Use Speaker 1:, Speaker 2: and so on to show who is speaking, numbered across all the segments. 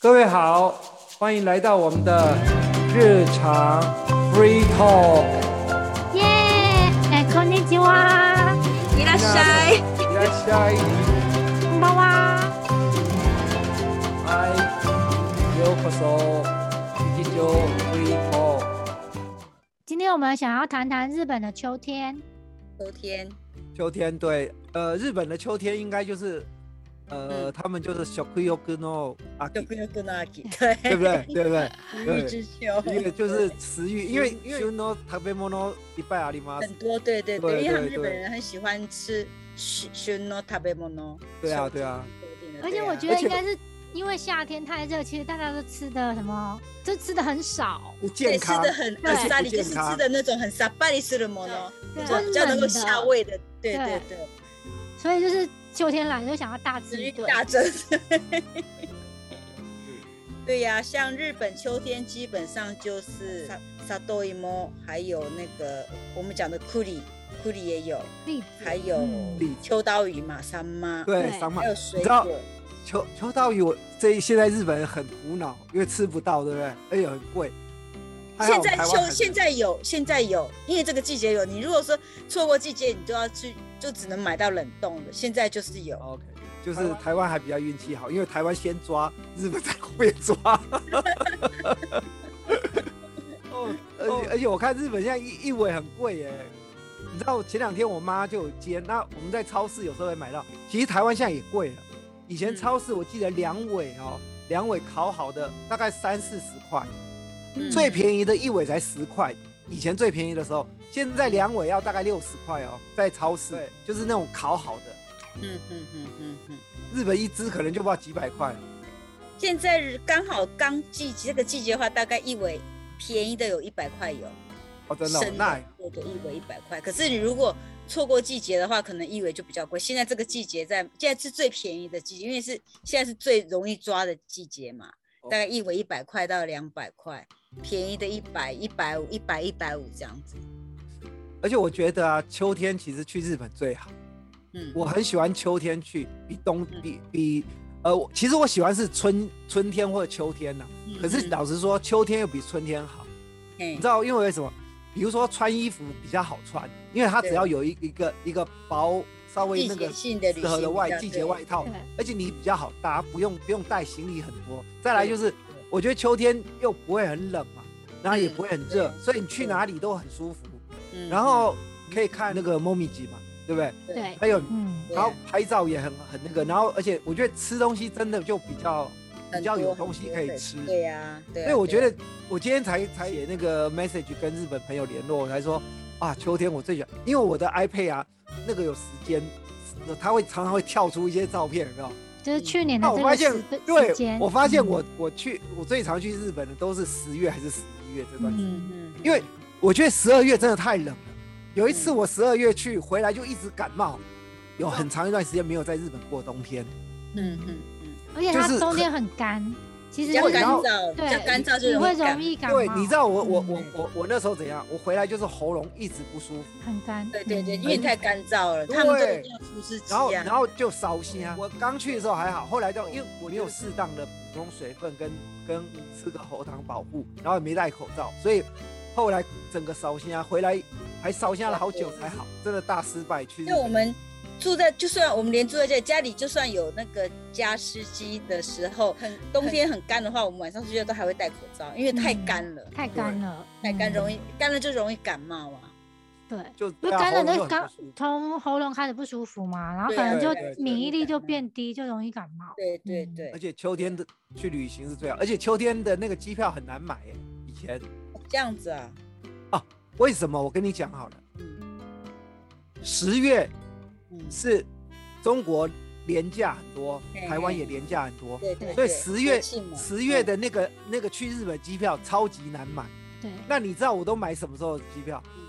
Speaker 1: 各位好，欢迎来到我们的日常 free talk。
Speaker 2: 耶，哎，こんにちは，
Speaker 3: 伊拉塞，
Speaker 1: いらっしゃい。
Speaker 2: こんばんは。
Speaker 1: 嗨，ようこそ。一九 free talk。
Speaker 2: 今天我们想要谈谈日本的秋天，
Speaker 3: 秋天，
Speaker 1: 秋天对，呃，日本的秋天应该就是，呃，他们就是 shokuyoku no aki，
Speaker 3: 不用跟 阿吉，对，
Speaker 1: 对不对？对不对？
Speaker 3: 一之秋，
Speaker 1: 因为就是食欲，因为因为 no tabemono 一拜阿里妈，
Speaker 3: 很多，对对
Speaker 1: 对
Speaker 3: 对，因为他们
Speaker 1: 对
Speaker 3: 日本
Speaker 1: 对
Speaker 3: 人很喜欢吃 sh- shuno tabemono，
Speaker 1: 对啊对啊，
Speaker 2: 而且我觉
Speaker 1: 而
Speaker 2: 得
Speaker 1: 且
Speaker 2: 应该是因为夏天太热，其实大家都吃的什么，就吃的很少，
Speaker 1: 不
Speaker 3: 对
Speaker 1: 健
Speaker 3: 吃
Speaker 1: 康，
Speaker 3: 的很
Speaker 2: 对
Speaker 3: 很沙里，就是
Speaker 1: 健康
Speaker 3: 吃的那种很沙巴里斯的 mono，
Speaker 2: 对
Speaker 3: 就比较能够下胃的，对
Speaker 2: 对
Speaker 3: 对对，
Speaker 2: 所以就是秋天来就想要大吃
Speaker 3: 食
Speaker 2: 一
Speaker 3: 欲
Speaker 2: 顿。
Speaker 3: 大增。 对呀、
Speaker 1: 嗯
Speaker 3: 像日本秋天基本上就是沙沙豆一摸，还有那个我们讲的库里，库里也有，
Speaker 2: 栗子
Speaker 3: 还有
Speaker 2: 嗯
Speaker 1: 栗子
Speaker 3: 秋刀鱼嘛，三妈，
Speaker 1: 对
Speaker 2: 对
Speaker 1: 桑马
Speaker 3: 还有水
Speaker 1: 你知道
Speaker 3: 果，
Speaker 1: 秋秋刀鱼，我这现在日本人很苦恼，因为吃不到，对不对？而且很贵。还好
Speaker 3: 现在
Speaker 1: 台湾
Speaker 3: 秋
Speaker 1: 还是
Speaker 3: 现在有，现在有，因为这个季节有。你如果说错过季节，你就要去，就只能买到冷冻的。现在就是有，
Speaker 1: 哦 OK，就是台湾还比较运气好，因为台湾先抓，日本在后面抓。 哦，而且而且我看日本现在一一尾很贵耶，你知道前两天我妈就有煎，那我们在超市有时候会买到，其实台湾现在也贵了，以前
Speaker 3: 嗯
Speaker 1: 超市我记得两尾哦，两尾烤好的大概三四十块。
Speaker 3: 嗯
Speaker 1: 最便宜的一尾才十块，以前最便宜的时候，现在两尾要大概六十块哦，在超市
Speaker 3: 对
Speaker 1: 就是那种烤好的，
Speaker 3: 嗯嗯嗯嗯嗯。
Speaker 1: 日本一只可能就不知道几百块了。
Speaker 3: 现在刚好刚季节这个季节的话，大概一尾便宜的有一百块有，
Speaker 1: 哦，真的、哦
Speaker 3: 生，
Speaker 1: 那
Speaker 3: 的对对，一尾一百块。可是你如果错过季节的话，可能一尾就比较贵。现在这个季节在现在是最便宜的季节，因为是现在是最容易抓的季节嘛，
Speaker 1: 哦
Speaker 3: 大概一尾一百块到两百块，便宜的一百、一百五、一百、一百五这样子。
Speaker 1: 而且我觉得啊，秋天其实去日本最好，
Speaker 3: 嗯，
Speaker 1: 我很喜欢秋天去，比冬
Speaker 3: 嗯
Speaker 1: 比比呃，我其实我喜欢是春春天或者秋天呐、
Speaker 3: 嗯
Speaker 1: 可是
Speaker 3: 嗯
Speaker 1: 老实说，秋天又比春天好。
Speaker 3: 嘿
Speaker 1: 你知道因为为什么？比如说穿衣服比较好穿，因为它只
Speaker 3: 对
Speaker 1: 要有一一个一个薄稍微
Speaker 3: 季
Speaker 1: 那个
Speaker 3: 节性的旅
Speaker 1: 适合
Speaker 3: 行
Speaker 1: 的外
Speaker 3: 比较
Speaker 1: 季节
Speaker 3: 对
Speaker 1: 外套
Speaker 2: 对，
Speaker 1: 而且你比较好搭，不用不用带行李很多。再来
Speaker 3: 对
Speaker 1: 就是
Speaker 3: 对，
Speaker 1: 我觉得秋天又不会很冷嘛，然后也不会很热，
Speaker 3: 嗯对
Speaker 1: 所以你去
Speaker 3: 对
Speaker 1: 哪里都很舒服。
Speaker 3: 嗯
Speaker 1: 然后可以看那个 m o m i j i 嘛，对不对？
Speaker 3: 嗯
Speaker 2: 对，
Speaker 1: 还有，
Speaker 2: 嗯，
Speaker 3: 对啊
Speaker 1: 然后拍照也很很那个，然后而且我觉得吃东西真的就比较比
Speaker 3: 很
Speaker 1: 较有
Speaker 3: 多
Speaker 1: 东
Speaker 3: 很
Speaker 1: 西
Speaker 3: 多
Speaker 1: 可以
Speaker 3: 的
Speaker 1: 吃。
Speaker 3: 对呀，对啊。
Speaker 1: 所以我
Speaker 3: 对
Speaker 1: 觉
Speaker 3: 啊
Speaker 1: 得我今天才才写那个 message 跟日本朋友联络，我才说啊，秋天我最喜欢，因为我的 iPad 啊，那个有时间，它会常常会跳出一些照片，有没有？
Speaker 2: 就是去年的
Speaker 1: 那我
Speaker 2: 这
Speaker 1: 发
Speaker 2: 个
Speaker 1: 现
Speaker 2: 时分，时
Speaker 1: 对
Speaker 2: 间，
Speaker 1: 我发现
Speaker 2: 嗯
Speaker 1: 我我去我最常去日本的都是十月还是十一月这段时间，
Speaker 3: 嗯嗯，
Speaker 1: 因为我觉得十二月真的太冷了。有一次
Speaker 3: 嗯
Speaker 1: 我十二月去回来就一直感冒，有很长一段时间没有在日本过冬天。
Speaker 3: 嗯嗯嗯，
Speaker 2: 而且
Speaker 1: 就
Speaker 2: 它
Speaker 1: 是
Speaker 2: 冬
Speaker 1: 很
Speaker 2: 天很干，其实
Speaker 3: 比较
Speaker 2: 你
Speaker 3: 干
Speaker 1: 然后
Speaker 3: 燥，比较
Speaker 2: 对，
Speaker 3: 干燥就
Speaker 2: 你
Speaker 3: 容
Speaker 2: 会
Speaker 3: 易感
Speaker 2: 容易感冒。
Speaker 1: 对，你知道我我我
Speaker 3: 嗯
Speaker 1: 我我那时候怎样？我回来就是喉咙一直不舒服。
Speaker 2: 很干，
Speaker 3: 对对对，
Speaker 2: 嗯
Speaker 3: 因为太干燥了，他们都一定要除湿机
Speaker 1: 然后
Speaker 3: 啊。
Speaker 1: 然后就烧心啊！我刚去的时候还好，后来到因为我没有适当的补充水分跟跟吃个喉糖保护，然后也没戴口罩，所以后来整个烧心啊，回来还烧心了好久才好，真的大失败去日
Speaker 3: 因为我
Speaker 1: 本。
Speaker 3: 们住在，就算我们连住在家家里，就算有那个加湿机的时候，很冬天很干的话，我们晚上睡觉都还会戴口罩，因为太干了，
Speaker 2: 太干了，
Speaker 3: 太
Speaker 2: 嗯
Speaker 3: 干容易干了就容易感冒啊。
Speaker 2: 对。
Speaker 1: 就
Speaker 2: 因为
Speaker 1: 对啊
Speaker 2: 干
Speaker 1: 喉
Speaker 2: 了，
Speaker 1: 咙
Speaker 2: 那
Speaker 1: 就很
Speaker 2: 刚
Speaker 1: 不舒服
Speaker 2: 从喉咙开始不舒服嘛，然后
Speaker 3: 对
Speaker 2: 可能
Speaker 1: 对
Speaker 2: 就
Speaker 1: 对对嗯
Speaker 2: 免疫力就
Speaker 3: 对
Speaker 2: 变低，就容易感冒。
Speaker 3: 对对
Speaker 2: 嗯
Speaker 3: 对
Speaker 1: 而，且秋天的去旅行是最好，而且秋天的那个机票很难买耶。以前
Speaker 3: 这样子啊，
Speaker 1: 为什么？我跟你讲好了，
Speaker 3: 嗯
Speaker 1: 十月
Speaker 3: 嗯，
Speaker 1: 是中国廉价很多
Speaker 3: 嘿，
Speaker 1: 台湾
Speaker 3: 嘿
Speaker 1: 也廉价很多，
Speaker 3: 对对。
Speaker 1: 所以
Speaker 3: 对
Speaker 1: 十月
Speaker 3: 节气嘛嗯
Speaker 1: 十月的那个那个去日本机票超级难买。
Speaker 2: 对，
Speaker 1: 那你知道我都买什么时候的机票？
Speaker 3: 嗯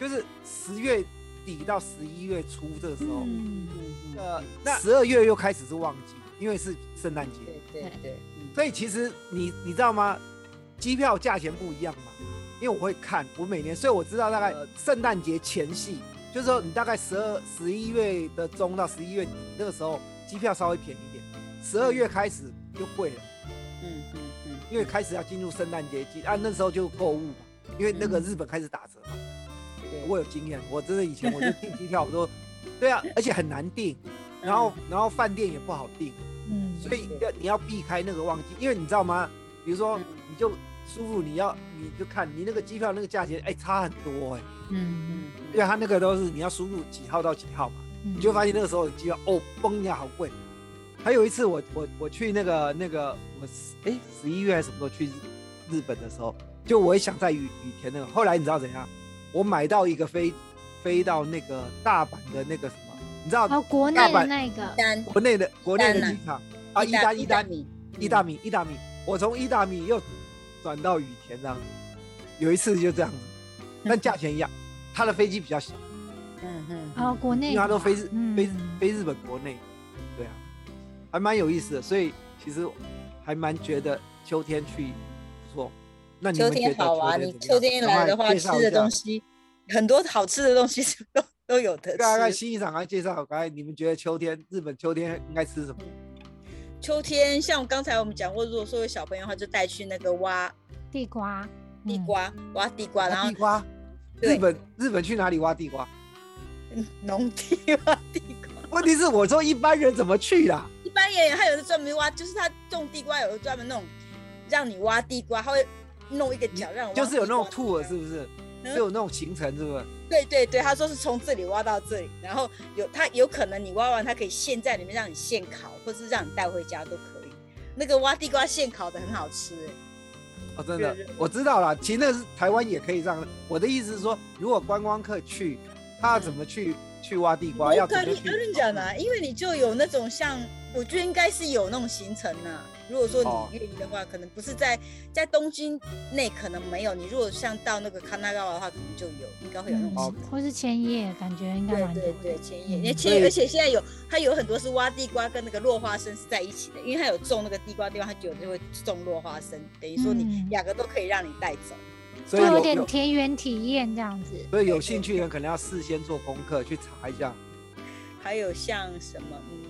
Speaker 1: 就是十月底到十一月初这个时候。
Speaker 2: 嗯，
Speaker 3: 嗯嗯
Speaker 1: 呃，那十二月又开始是旺季，因为是圣诞节。
Speaker 3: 对对对，嗯
Speaker 1: 所以其实你你知道吗？机票价钱不一样嘛，因为我会看，我每年，所以我知道大概呃圣诞节前夕，就是说你大概十二十一月的中到十一月底那个时候，机票稍微便宜一点，十二月开始就贵了。
Speaker 3: 嗯嗯嗯，
Speaker 1: 因为开始要进入圣诞节季啊，那时候就购物嘛，因为那个日本开始打折嘛。
Speaker 3: 嗯对
Speaker 1: 我有经验，我真的以前我就订机票，我都，对啊，而且很难订，然后然后饭店也不好订，
Speaker 4: 嗯，
Speaker 1: 所以要你要避开那个旺季，因为你知道吗？比如说
Speaker 3: 嗯
Speaker 1: 你就舒服，你要你就看你那个机票那个价钱，哎，差很多哎，
Speaker 4: 嗯
Speaker 3: 嗯
Speaker 1: 因为它那个都是你要输入几号到几号嘛，
Speaker 4: 嗯，
Speaker 1: 你就发现那个时候的机票哦，崩呀，好贵。还有一次我我我去那个那个我哎十一月还是什么时候去日日本的时候，就我也想在羽羽田那个，后来你知道怎样？我买到一个飞飞到那个大阪的那个什么，你知道
Speaker 2: 哦，国
Speaker 1: 大
Speaker 2: 内的
Speaker 1: 阪
Speaker 2: 那个，
Speaker 3: 单
Speaker 1: 国内的国内的
Speaker 3: 伊丹啊
Speaker 1: 机场啊，伊丹伊丹
Speaker 3: 米嗯
Speaker 1: 伊大米，伊大米，我从伊大米又转到羽田这样子，有一次就这样子，但价钱一样，他的飞机比较小，
Speaker 3: 嗯嗯
Speaker 2: 哦，国内
Speaker 1: 因
Speaker 2: 的
Speaker 1: 为他都飞日
Speaker 2: 嗯
Speaker 1: 飞飞日本国内，对啊，还蛮有意思的，所以其实还蛮觉得秋天去不错。那你
Speaker 3: 秋
Speaker 1: 们觉
Speaker 3: 天
Speaker 1: 得
Speaker 3: 好啊，
Speaker 1: 怎
Speaker 3: 你
Speaker 1: 么样
Speaker 3: 秋天来的话，吃的东，西很多，好吃的东西都都有的
Speaker 1: 赶快介绍一下大概
Speaker 3: 吃。
Speaker 1: 新一场来介绍，赶快你们觉得秋天日本秋天应该吃什么？
Speaker 3: 秋天像刚才我们讲过，如果说有小朋友的话，就带去那个挖
Speaker 2: 地瓜，嗯
Speaker 3: 地瓜，挖地瓜，然
Speaker 1: 嗯挖
Speaker 3: 后
Speaker 1: 地瓜，
Speaker 3: 对
Speaker 1: 日本日本去哪里挖地瓜？
Speaker 3: 嗯农地挖地瓜。
Speaker 1: 问题是我说一般人怎么去啊啦？
Speaker 3: 一般也还有人专门挖，就是他种地瓜有专门那种让你挖地瓜，他会弄一个角让你挖
Speaker 1: 就是有那种
Speaker 3: 地瓜
Speaker 1: tour 是不是？
Speaker 3: 嗯
Speaker 1: 就有那种行程是不是？
Speaker 3: 对对对，他说是从这里挖到这里，然后有他有可能你挖完，他可以现在里面让你现烤，或是让你带回家都可以。那个挖地瓜现烤的很好吃、
Speaker 1: 哦，真的
Speaker 3: 对对，
Speaker 1: 我知道啦。其实那是台湾也可以让。我的意思是说，如果观光客去，他要怎么去去挖地瓜？要
Speaker 3: 我
Speaker 1: 怎
Speaker 3: 跟
Speaker 1: 么
Speaker 3: 你
Speaker 1: 去？哦
Speaker 3: 讲啊，因为你就有那种像，我觉得应该是有那种行程呐、如果说
Speaker 1: 哦
Speaker 3: 你愿意的话，可能不是在在东京内可能没有，你如果像到那个康纳高的话，可能就有，应该会有那种行
Speaker 1: 哦
Speaker 3: 程。
Speaker 2: 嗯或是千叶，感觉应该
Speaker 3: 对
Speaker 2: 蛮多
Speaker 3: 对
Speaker 2: 的。
Speaker 3: 对，千叶，
Speaker 4: 嗯
Speaker 3: 因为
Speaker 1: 所
Speaker 3: 千
Speaker 1: 以
Speaker 3: 叶，而且现在有它有很多是挖地瓜跟那个落花生是在一起的，因为它有种那个地瓜地方，它就就会种落花生，等于说你
Speaker 2: 嗯
Speaker 3: 两个都可以让你带走。
Speaker 1: 所
Speaker 2: 就
Speaker 1: 以
Speaker 2: 有
Speaker 1: 有
Speaker 2: 点
Speaker 1: 有
Speaker 2: 田园体验这样子。
Speaker 1: 所以有兴趣的人可能要事先做功课去查一下。
Speaker 3: 还有像什么，嗯，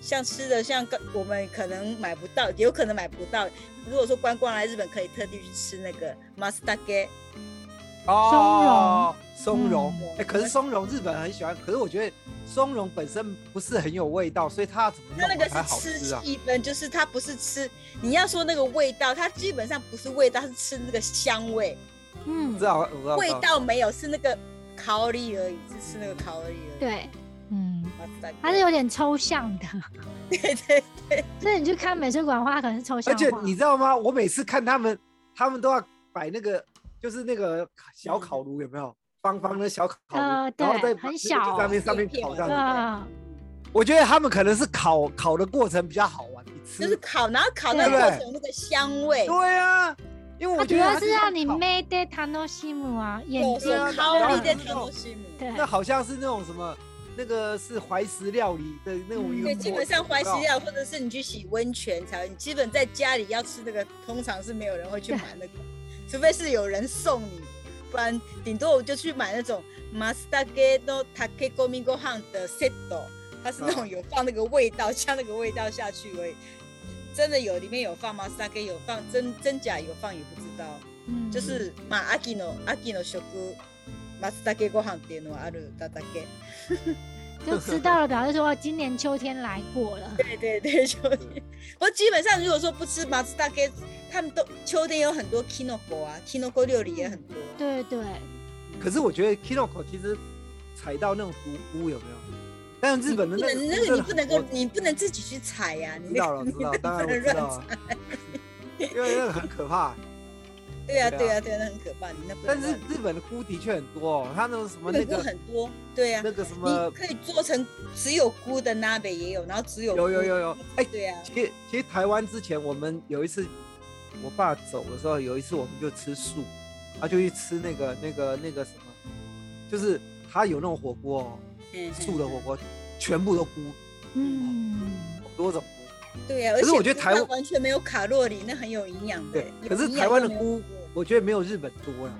Speaker 3: 像吃的，像刚我们可能买不到，有可能买不到。如果说观光来日本，可以特地去吃那个 mustake，
Speaker 1: 哦，松茸
Speaker 2: 嗯，
Speaker 1: 哎、可是松茸日本很喜欢，可是我觉得松茸本身不是很有味道，所以它要怎么
Speaker 3: 它那
Speaker 1: 弄
Speaker 3: 个
Speaker 1: 才好
Speaker 3: 是
Speaker 1: 吃
Speaker 3: 吃
Speaker 1: 啊？
Speaker 3: 气氛，就是它不是吃，你要说那个味道，它基本上不是味道，它是吃那个香味。
Speaker 2: 嗯
Speaker 1: 知，道，我知道，
Speaker 3: 味
Speaker 1: 知道
Speaker 3: 道没有，是那个烤栗而已，是吃那个烤栗而已。
Speaker 2: 对，
Speaker 4: 嗯，
Speaker 3: 哇塞，
Speaker 2: 它是有点抽象的。
Speaker 3: 对对
Speaker 2: 所以你去看美术馆的话，它可能是抽象
Speaker 1: 而
Speaker 2: 画。
Speaker 1: 且你知道吗？我每次看他们，他们都要摆那个，就是那个小烤炉，有没有？方方的小烤炉，
Speaker 2: 嗯呃
Speaker 1: 然后
Speaker 2: 对
Speaker 1: 再
Speaker 2: 很
Speaker 1: 把那个
Speaker 2: 小
Speaker 1: 就在那边上面
Speaker 3: 一片
Speaker 1: 烤
Speaker 3: 嘛
Speaker 1: 这样子。
Speaker 2: 呃，
Speaker 1: 我觉得他们可能是烤烤的过程比较好玩，你吃。
Speaker 3: 就是烤，然后烤那个
Speaker 1: 对
Speaker 3: 过程有那个香味，
Speaker 1: 对啊，因为我
Speaker 2: 它主
Speaker 1: 觉得
Speaker 2: 要
Speaker 1: 它
Speaker 2: 是让你
Speaker 1: 烤
Speaker 2: made it tanoshim 啊，眼
Speaker 3: 我
Speaker 2: 睛
Speaker 1: 对啊
Speaker 3: 说
Speaker 2: 看
Speaker 3: 烤
Speaker 1: 然后
Speaker 2: 到
Speaker 3: 栗的
Speaker 1: 对
Speaker 3: 甜东西嗯嘛。
Speaker 2: 对
Speaker 1: 那好像是那种什么，那个是怀石料理的那种一个过
Speaker 2: 嗯
Speaker 3: 对，
Speaker 1: 程。
Speaker 3: 基本上怀石料，或者是你去洗温泉才会，你基本在家里要吃那个，通常是没有人会去买那个，除非是有人送你，不然顶多我就去买那种 mustake no takegomi gohan 的 set，它哦是那种有放那个味道，加那个味道下去而已。真的有，里面有放 mustake，有放真真假有放也不知道，
Speaker 2: 嗯
Speaker 3: 就是嘛秋の秋の食 mustake ご飯っていうのはあるだだけ。
Speaker 2: 就知道了，表示说今年秋天来过了。
Speaker 3: 对 对对，秋天。不过基本上如果说不吃马自大概他们都秋天有很多 kinoko 啊，kinoko 料理也很多。啊
Speaker 2: 对对，
Speaker 1: 可是我觉得 kinoko 其实踩到那种毒菇有没有？但是日本的
Speaker 3: 不
Speaker 1: 那
Speaker 3: 能那个你不能够
Speaker 1: 我，
Speaker 3: 你不能自己去采呀、你
Speaker 1: 知
Speaker 3: 那
Speaker 1: 道
Speaker 3: 个
Speaker 1: 了，
Speaker 3: 你
Speaker 1: 知道，
Speaker 3: 那
Speaker 1: 当然我
Speaker 3: 不能
Speaker 1: 知
Speaker 3: 乱
Speaker 1: 道
Speaker 3: 采
Speaker 1: 啊。因为那个很可怕。
Speaker 3: 对啊
Speaker 1: 对啊
Speaker 3: 对啊对啊，那很可怕，你那不能
Speaker 1: 但是
Speaker 3: 乱
Speaker 1: 日本的菇的确很多哦，它那种什么那
Speaker 3: 日本菇
Speaker 1: 个
Speaker 3: 很多，对啊，
Speaker 1: 那个什
Speaker 3: 你
Speaker 1: 么，
Speaker 3: 可以做成只有菇的 nabe 也有，然后只有
Speaker 1: 有
Speaker 3: 菇
Speaker 1: 有有有，哎，
Speaker 3: 对啊，
Speaker 1: 其实其实台湾之前我们有一次，我爸走的时候，有一次我们就吃素，他就去吃那个那个那个什么，就是他有那种火锅、哦，
Speaker 3: 嗯
Speaker 1: 素的火，锅，全部都菇，
Speaker 2: 嗯，
Speaker 1: 好多种菇。
Speaker 3: 嗯对啊，
Speaker 1: 可
Speaker 3: 而
Speaker 1: 是
Speaker 3: 且
Speaker 1: 我觉得
Speaker 3: 菇
Speaker 1: 台湾
Speaker 3: 它完全没有卡路里，那很有营养的
Speaker 1: 对。，
Speaker 3: 有
Speaker 1: 可是
Speaker 3: 营养
Speaker 1: 台湾的
Speaker 3: 又没有
Speaker 1: 菇，我觉得没有日本多了。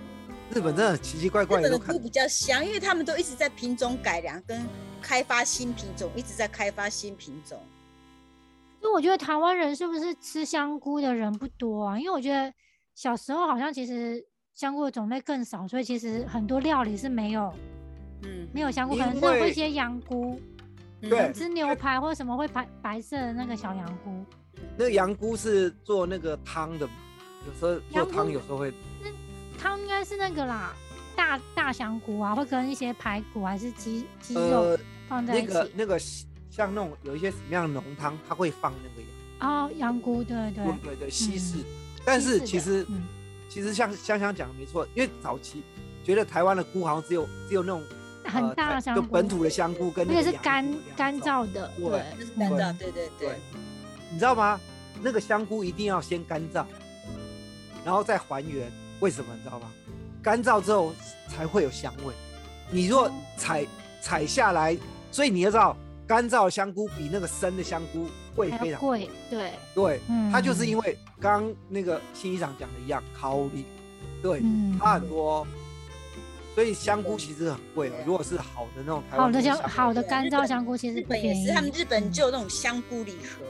Speaker 1: 日本真的奇奇怪
Speaker 3: 日
Speaker 1: 怪的
Speaker 3: 本
Speaker 1: 都
Speaker 3: 的
Speaker 1: 看
Speaker 3: 菇，比较香，因为他们都一直在品种改良跟开发新品种，一直在开发新品种。
Speaker 2: 所以我觉得台湾人是不是吃香菇的人不多啊？因为我觉得小时候好像其实香菇的种类更少，所以其实很多料理是没有
Speaker 3: 嗯，
Speaker 2: 没有香菇，
Speaker 1: 因
Speaker 2: 可能是会
Speaker 1: 为
Speaker 2: 一些羊菇，
Speaker 1: 对
Speaker 2: 吃牛排或什么会白白色的那个小羊菇。
Speaker 1: 那个羊菇是做那个汤的，有时候做
Speaker 2: 羊菇
Speaker 1: 汤，有时候会
Speaker 2: 汤应该是那个啦，大大香菇啊，会跟一些排骨还是鸡鸡肉
Speaker 1: 呃
Speaker 2: 放在
Speaker 1: 那
Speaker 2: 一起。
Speaker 1: 个那个像那种有一些什么样的浓汤，它会放那个羊
Speaker 2: 哦，羊菇，对对嗯
Speaker 1: 菇，对对对，西式。但是其
Speaker 2: 西式
Speaker 1: 实
Speaker 2: 的嗯
Speaker 1: 其实像香香讲的没错，因为早期觉得台湾的菇好像只有只有那种
Speaker 2: 很
Speaker 1: 呃
Speaker 2: 大的
Speaker 1: 台
Speaker 2: 香
Speaker 1: 就
Speaker 2: 菇，
Speaker 1: 本土的香菇跟
Speaker 2: 而
Speaker 1: 那个
Speaker 2: 且是
Speaker 1: 羊菇
Speaker 2: 干
Speaker 1: 两种
Speaker 2: 干燥的，
Speaker 1: 对
Speaker 2: 对，
Speaker 3: 就是
Speaker 2: 嗯
Speaker 3: 干燥，对对对
Speaker 1: 对，你知道吗？那个香菇一定要先干燥，然后再还原。为什么你知道吗？干燥之后才会有香味。你若采采下来，所以你要知道，干燥的香菇比那个生的香菇贵
Speaker 2: 还
Speaker 1: 非
Speaker 2: 要
Speaker 1: 常
Speaker 2: 贵，对，
Speaker 1: 对，
Speaker 2: 嗯，
Speaker 1: 它就是因为刚刚那个新一长讲的一样，烤力，对，
Speaker 2: 嗯
Speaker 1: 差很多哦。所以香菇其实很贵哦
Speaker 3: 对啊，
Speaker 1: 如果是好的那种台
Speaker 2: 好
Speaker 1: 湾
Speaker 2: 的香
Speaker 1: 菇
Speaker 2: 好的干
Speaker 3: 日
Speaker 2: 燥
Speaker 3: 本
Speaker 2: 香菇其实
Speaker 3: 日
Speaker 2: 不
Speaker 3: 本也
Speaker 2: 便
Speaker 3: 是，
Speaker 2: 宜
Speaker 3: 他们日本就有那种香菇礼盒，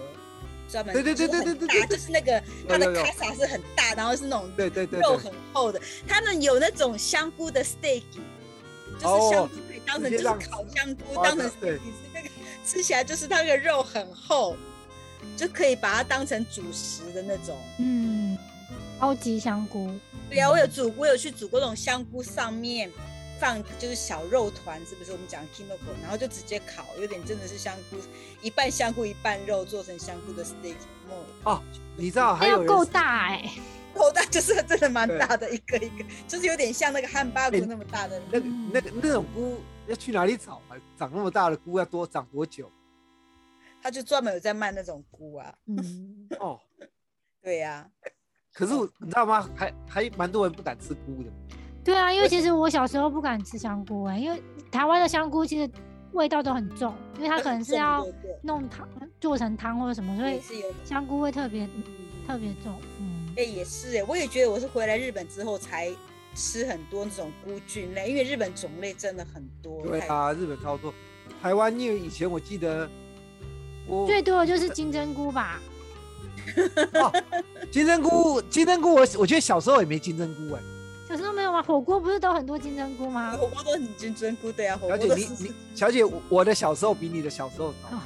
Speaker 3: 专门
Speaker 1: 对对对对对对对
Speaker 3: 就是很大就是那个
Speaker 1: 有
Speaker 3: 它的
Speaker 1: 有有
Speaker 3: 卡萨是很大，然后是那种
Speaker 1: 对对对
Speaker 3: 肉
Speaker 1: 对，
Speaker 3: 很厚的，他们有那种香菇的 steak，就是
Speaker 1: 哦
Speaker 3: 香菇可以当成
Speaker 1: 直接
Speaker 3: 就是
Speaker 1: 让
Speaker 3: 烤香菇
Speaker 1: 哇
Speaker 3: 当成
Speaker 1: 对
Speaker 3: steak 吃，那个吃起来就是它的肉很厚，就可以把它当成主食的那种。
Speaker 2: 嗯，高级香菇，
Speaker 3: 对啊，我有煮，我有去煮过那种香菇，上面放就是小肉团，是不是？我们讲 kinoko，然后就直接烤，有点真的是香菇，一半香菇一半肉，做成香菇的 steak。哦，
Speaker 1: 你知道
Speaker 2: 它
Speaker 1: 还
Speaker 2: 要
Speaker 1: 有人
Speaker 2: 够
Speaker 1: 是
Speaker 2: 大哎，
Speaker 3: 口袋哦就是真的蛮
Speaker 1: 对
Speaker 3: 大的，一个一个，就是有点像那个汉巴
Speaker 1: 对
Speaker 3: 菇那么大
Speaker 2: 嗯
Speaker 3: 的。
Speaker 1: 那个那个那种菇要去哪里找啊？长那么大的菇要多长多久？
Speaker 3: 他就专门有在卖那种菇啊。
Speaker 2: 嗯，哦
Speaker 1: 哦，
Speaker 3: 对啊呀、
Speaker 1: 可是我你知道吗？还还蛮多人不敢吃菇的。
Speaker 2: 对啊，因为其实我小时候不敢吃香菇哎，因为台湾的香菇其实味道都很重，因为它可能是要
Speaker 3: 对对
Speaker 2: 弄汤做成汤或者什么，所
Speaker 3: 对
Speaker 2: 以
Speaker 3: 也是有。
Speaker 2: 香菇味特别
Speaker 3: 嗯，
Speaker 2: 特别重，嗯，
Speaker 3: 哎、也是哎、我也觉得我是回来日本之后才吃很多那种菇菌类，因为日本种类真的很多。
Speaker 1: 对
Speaker 3: 太
Speaker 1: 啊，日本操作，台湾因为以前我记得我
Speaker 2: 最多的就是金针菇吧，
Speaker 1: 金针菇，金针菇我我觉得小时候也没金针菇哎、
Speaker 2: 小时候没有吗？火锅不是都很多金针菇吗？
Speaker 3: 火锅都很金针菇，对啊，火
Speaker 2: 哦
Speaker 1: 小
Speaker 3: 锅
Speaker 1: 姐
Speaker 3: 都
Speaker 1: 你
Speaker 3: 是
Speaker 1: 你小姐我我的小时候比你的小时候
Speaker 2: 哦
Speaker 1: 早。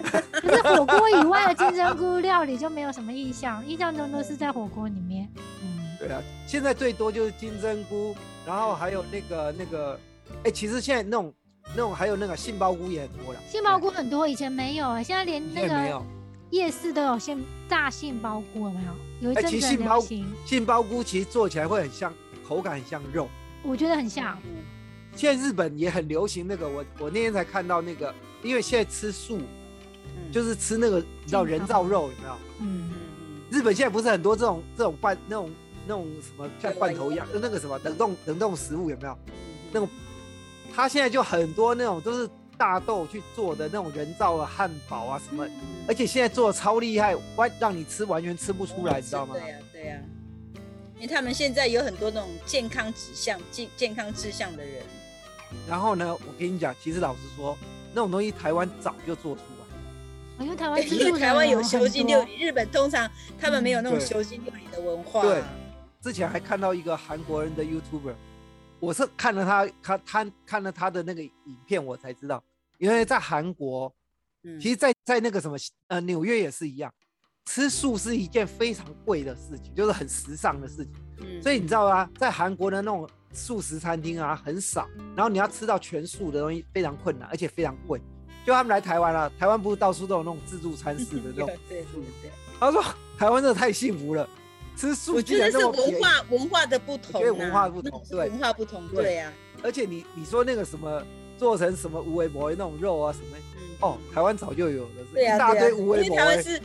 Speaker 2: 可是火锅以外的金针菇料理就没有什么印象，印象中都是在火锅里面。嗯，
Speaker 1: 对啊，现在最多就是金针菇，然后还有那个那个，哎、其实现在那种那种还有那个杏鲍菇也很多了。
Speaker 2: 杏鲍菇很多，以前没有、欸，现在连那
Speaker 1: 现在没有
Speaker 2: 个夜市都有杏大杏鲍菇，有没有？有一
Speaker 1: 哎
Speaker 2: 阵
Speaker 1: 其
Speaker 2: 子
Speaker 1: 实
Speaker 2: 很
Speaker 1: 杏鲍
Speaker 2: 流行，
Speaker 1: 杏鲍菇其实做起来会很像，口感很像肉。
Speaker 2: 我觉得很像。
Speaker 3: 嗯
Speaker 1: 现在日本也很流行那个，我我那天才看到那个，因为现在吃素
Speaker 3: 嗯
Speaker 1: 就是吃那个叫人造肉，有没有？
Speaker 2: 嗯，
Speaker 3: 嗯
Speaker 1: 日本现在不是很多这种这种罐那种那种什么像罐头一样，就那个什么冷冻冷冻食物有没有？那种它现在就很多那种都是大豆去做的那种人造的汉堡啊什么，
Speaker 2: 嗯
Speaker 1: 而且现在做的超厉害，完让你吃完全吃不出来，你知道吗？
Speaker 3: 对呀、对呀、因为他们现在有很多那种健康指向、健健康志向的人，
Speaker 1: 然后呢，我跟你讲，其实老实说，那种东西台湾早就做出来了。
Speaker 2: 哦因为台湾吃
Speaker 3: 因
Speaker 2: 素
Speaker 3: 为
Speaker 2: 的
Speaker 3: 哎台湾
Speaker 2: 人
Speaker 3: 有
Speaker 2: 很
Speaker 3: 修心
Speaker 2: 多
Speaker 3: 料理，日本通常他们没有那
Speaker 1: 嗯
Speaker 3: 种
Speaker 1: 对
Speaker 3: 修心料理的文化、
Speaker 1: 对之前还看到一个韩国人的 YouTuber，我是看了他看他看了他的那个影片，我才知道，原来在韩国，
Speaker 3: 嗯
Speaker 1: 其实在，在那个什么呃纽约也是一样，吃素是一件非常贵的事情，就是很时尚的事情。
Speaker 3: 嗯，
Speaker 1: 所以你知道吗？在韩国的那种素食餐厅啊很少，然后你要吃到全素的东西非常困难，而且非常贵。就他们来台湾了、台湾不是到处都有那种自助餐式的那种
Speaker 3: 对对对对，
Speaker 1: 他说台湾真的太幸福了，吃素
Speaker 3: 我
Speaker 1: 居
Speaker 3: 觉
Speaker 1: 然
Speaker 3: 得
Speaker 1: 那
Speaker 3: 是
Speaker 1: 么便
Speaker 3: 文
Speaker 1: 宜。
Speaker 3: 化文化的不同、啊，
Speaker 1: 我觉得文化不同
Speaker 3: 那种是
Speaker 1: 对
Speaker 3: 文化不同，
Speaker 1: 对
Speaker 3: 对呀、
Speaker 1: 而且你你说那个什么做成什么无为博那种肉啊什么，
Speaker 3: 嗯
Speaker 1: 哦，台湾早就有了，是
Speaker 3: 对呀、
Speaker 1: 一大
Speaker 3: 对呀
Speaker 1: 堆无为
Speaker 3: 因
Speaker 1: 博哎
Speaker 3: 为台湾是，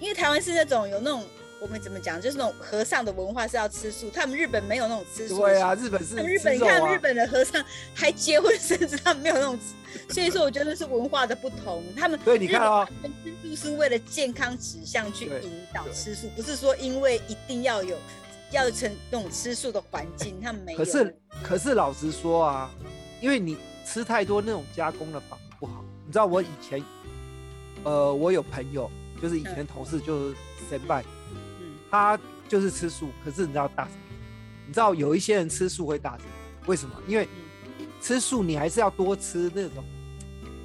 Speaker 3: 因为台湾是那种有那种我们怎么讲，就是那种和尚的文化是要吃素，他们日本没有那种吃素的习惯。
Speaker 1: 对啊，日本是
Speaker 3: 他们日本，
Speaker 1: 吃
Speaker 3: 你
Speaker 1: 肉
Speaker 3: 看
Speaker 1: 啊
Speaker 3: 日，本的和尚还结婚生子，他们没有那种吃，所以说我觉得是文化的不同。他们
Speaker 1: 所以你看啊
Speaker 3: 日本他们吃素是为了健康指向去
Speaker 1: 对
Speaker 3: 引导
Speaker 1: 对
Speaker 3: 吃素，不是说因为一定要有要成那种吃素的环境，他们没有。
Speaker 1: 可是可是老实说啊，因为你吃太多那种加工的反而不好。你知道我以前，呃，我有朋友，就是以前同事就是 standby，
Speaker 3: 嗯，
Speaker 1: 他就是吃素，可是你知道打什么？你知道有一些人吃素会打什么？为什么？因为
Speaker 3: 嗯
Speaker 1: 吃素你还是要多吃那种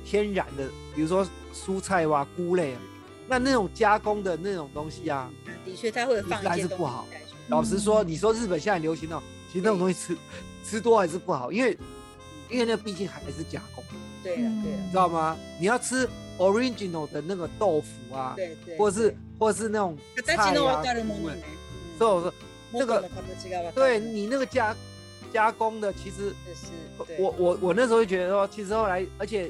Speaker 1: 天然的，比如说蔬菜哇、菇类啊。那那种加工的那种东西啊，
Speaker 3: 嗯的确他会放一
Speaker 1: 还
Speaker 3: 些
Speaker 1: 是
Speaker 3: 东
Speaker 1: 不好
Speaker 3: 西在里面
Speaker 1: 老实说，你说日本现在流行那种，其实那种东西吃吃多还是不好，因为因为那毕竟还是加工，
Speaker 3: 对了对啊
Speaker 1: 你
Speaker 3: 了，
Speaker 1: 知道吗？你要吃 original 的那个豆腐啊，
Speaker 3: 对对，
Speaker 1: 或是或是那种菜
Speaker 3: 形の
Speaker 1: 啊
Speaker 3: わかるも
Speaker 1: 部
Speaker 3: の
Speaker 1: 位
Speaker 3: ね嗯
Speaker 1: 所以我说，这个
Speaker 3: 元の形がわかる
Speaker 1: 对你那个加加工的，其实
Speaker 3: 这是对
Speaker 1: 我我我那时候就觉得说，其实后来，而且